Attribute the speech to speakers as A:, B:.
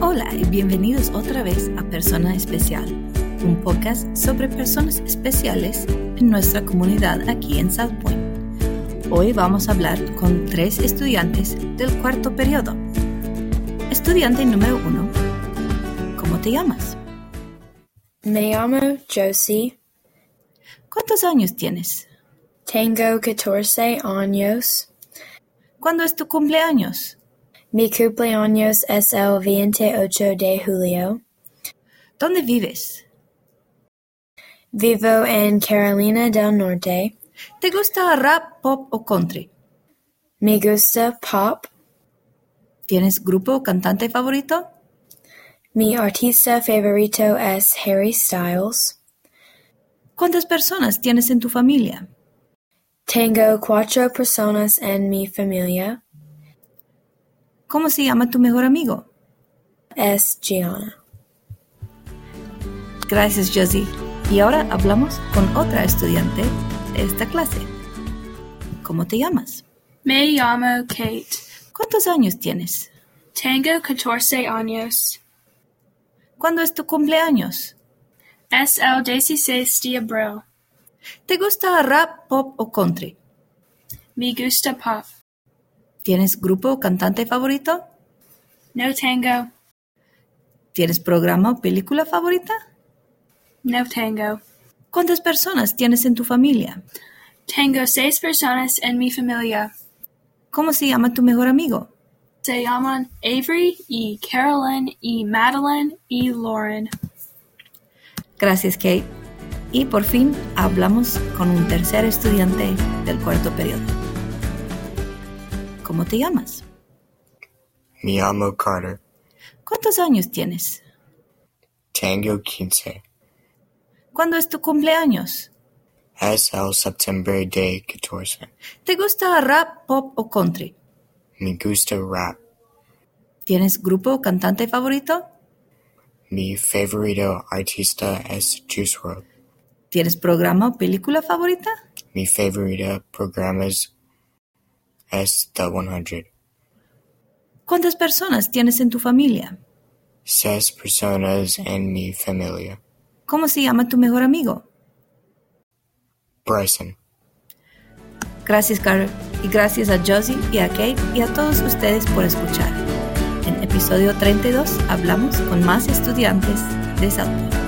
A: Hola y bienvenidos otra vez a Persona Especial, un podcast sobre personas especiales en nuestra comunidad aquí en South Point. Hoy vamos a hablar con tres estudiantes del cuarto periodo. Estudiante número uno, ¿cómo te llamas?
B: Me llamo Josie.
A: ¿Cuántos años tienes?
B: Tengo 14 años.
A: ¿Cuándo es tu cumpleaños?
B: Mi cumpleaños es el 28 de julio.
A: ¿Dónde vives?
B: Vivo en Carolina del Norte.
A: ¿Te gusta rap, pop o country?
B: Me gusta pop.
A: ¿Tienes grupo o cantante favorito?
B: Mi artista favorito es Harry Styles.
A: ¿Cuántas personas tienes en tu familia?
B: Tengo cuatro personas en mi familia.
A: ¿Cómo se llama tu mejor amigo?
B: Es Gianna.
A: Gracias, Josie. Y ahora hablamos con otra estudiante de esta clase. ¿Cómo te llamas?
C: Me llamo Kate.
A: ¿Cuántos años tienes?
C: Tengo 14 años.
A: ¿Cuándo es tu cumpleaños?
C: Es el 16 de abril.
A: ¿Te gusta rap, pop o country?
C: Me gusta pop.
A: ¿Tienes grupo o cantante favorito?
C: No tengo.
A: ¿Tienes programa o película favorita?
C: No tengo.
A: ¿Cuántas personas tienes en tu familia?
C: Tengo seis personas en mi familia.
A: ¿Cómo se llama tu mejor amigo?
C: Se llaman Avery y Carolyn y Madeline y Lauren.
A: Gracias, Kate. Y por fin hablamos con un tercer estudiante del cuarto periodo. ¿Cómo te llamas?
D: Me llamo Carter.
A: ¿Cuántos años tienes?
D: Tengo 15.
A: ¿Cuándo es tu cumpleaños?
D: Es el septiembre de 14.
A: ¿Te gusta rap, pop o country?
D: Me gusta rap.
A: ¿Tienes grupo o cantante favorito?
D: Mi favorito artista es Juice WRLD.
A: ¿Tienes programa o película favorita?
D: Mi favorito programa es The 100.
A: ¿Cuántas personas tienes en tu familia?
D: Seis personas en mi familia.
A: ¿Cómo se llama tu mejor amigo?
D: Bryson.
A: Gracias, Carter. Y gracias a Josie y a Kate y a todos ustedes por escuchar. En episodio 32 hablamos con más estudiantes de Southport.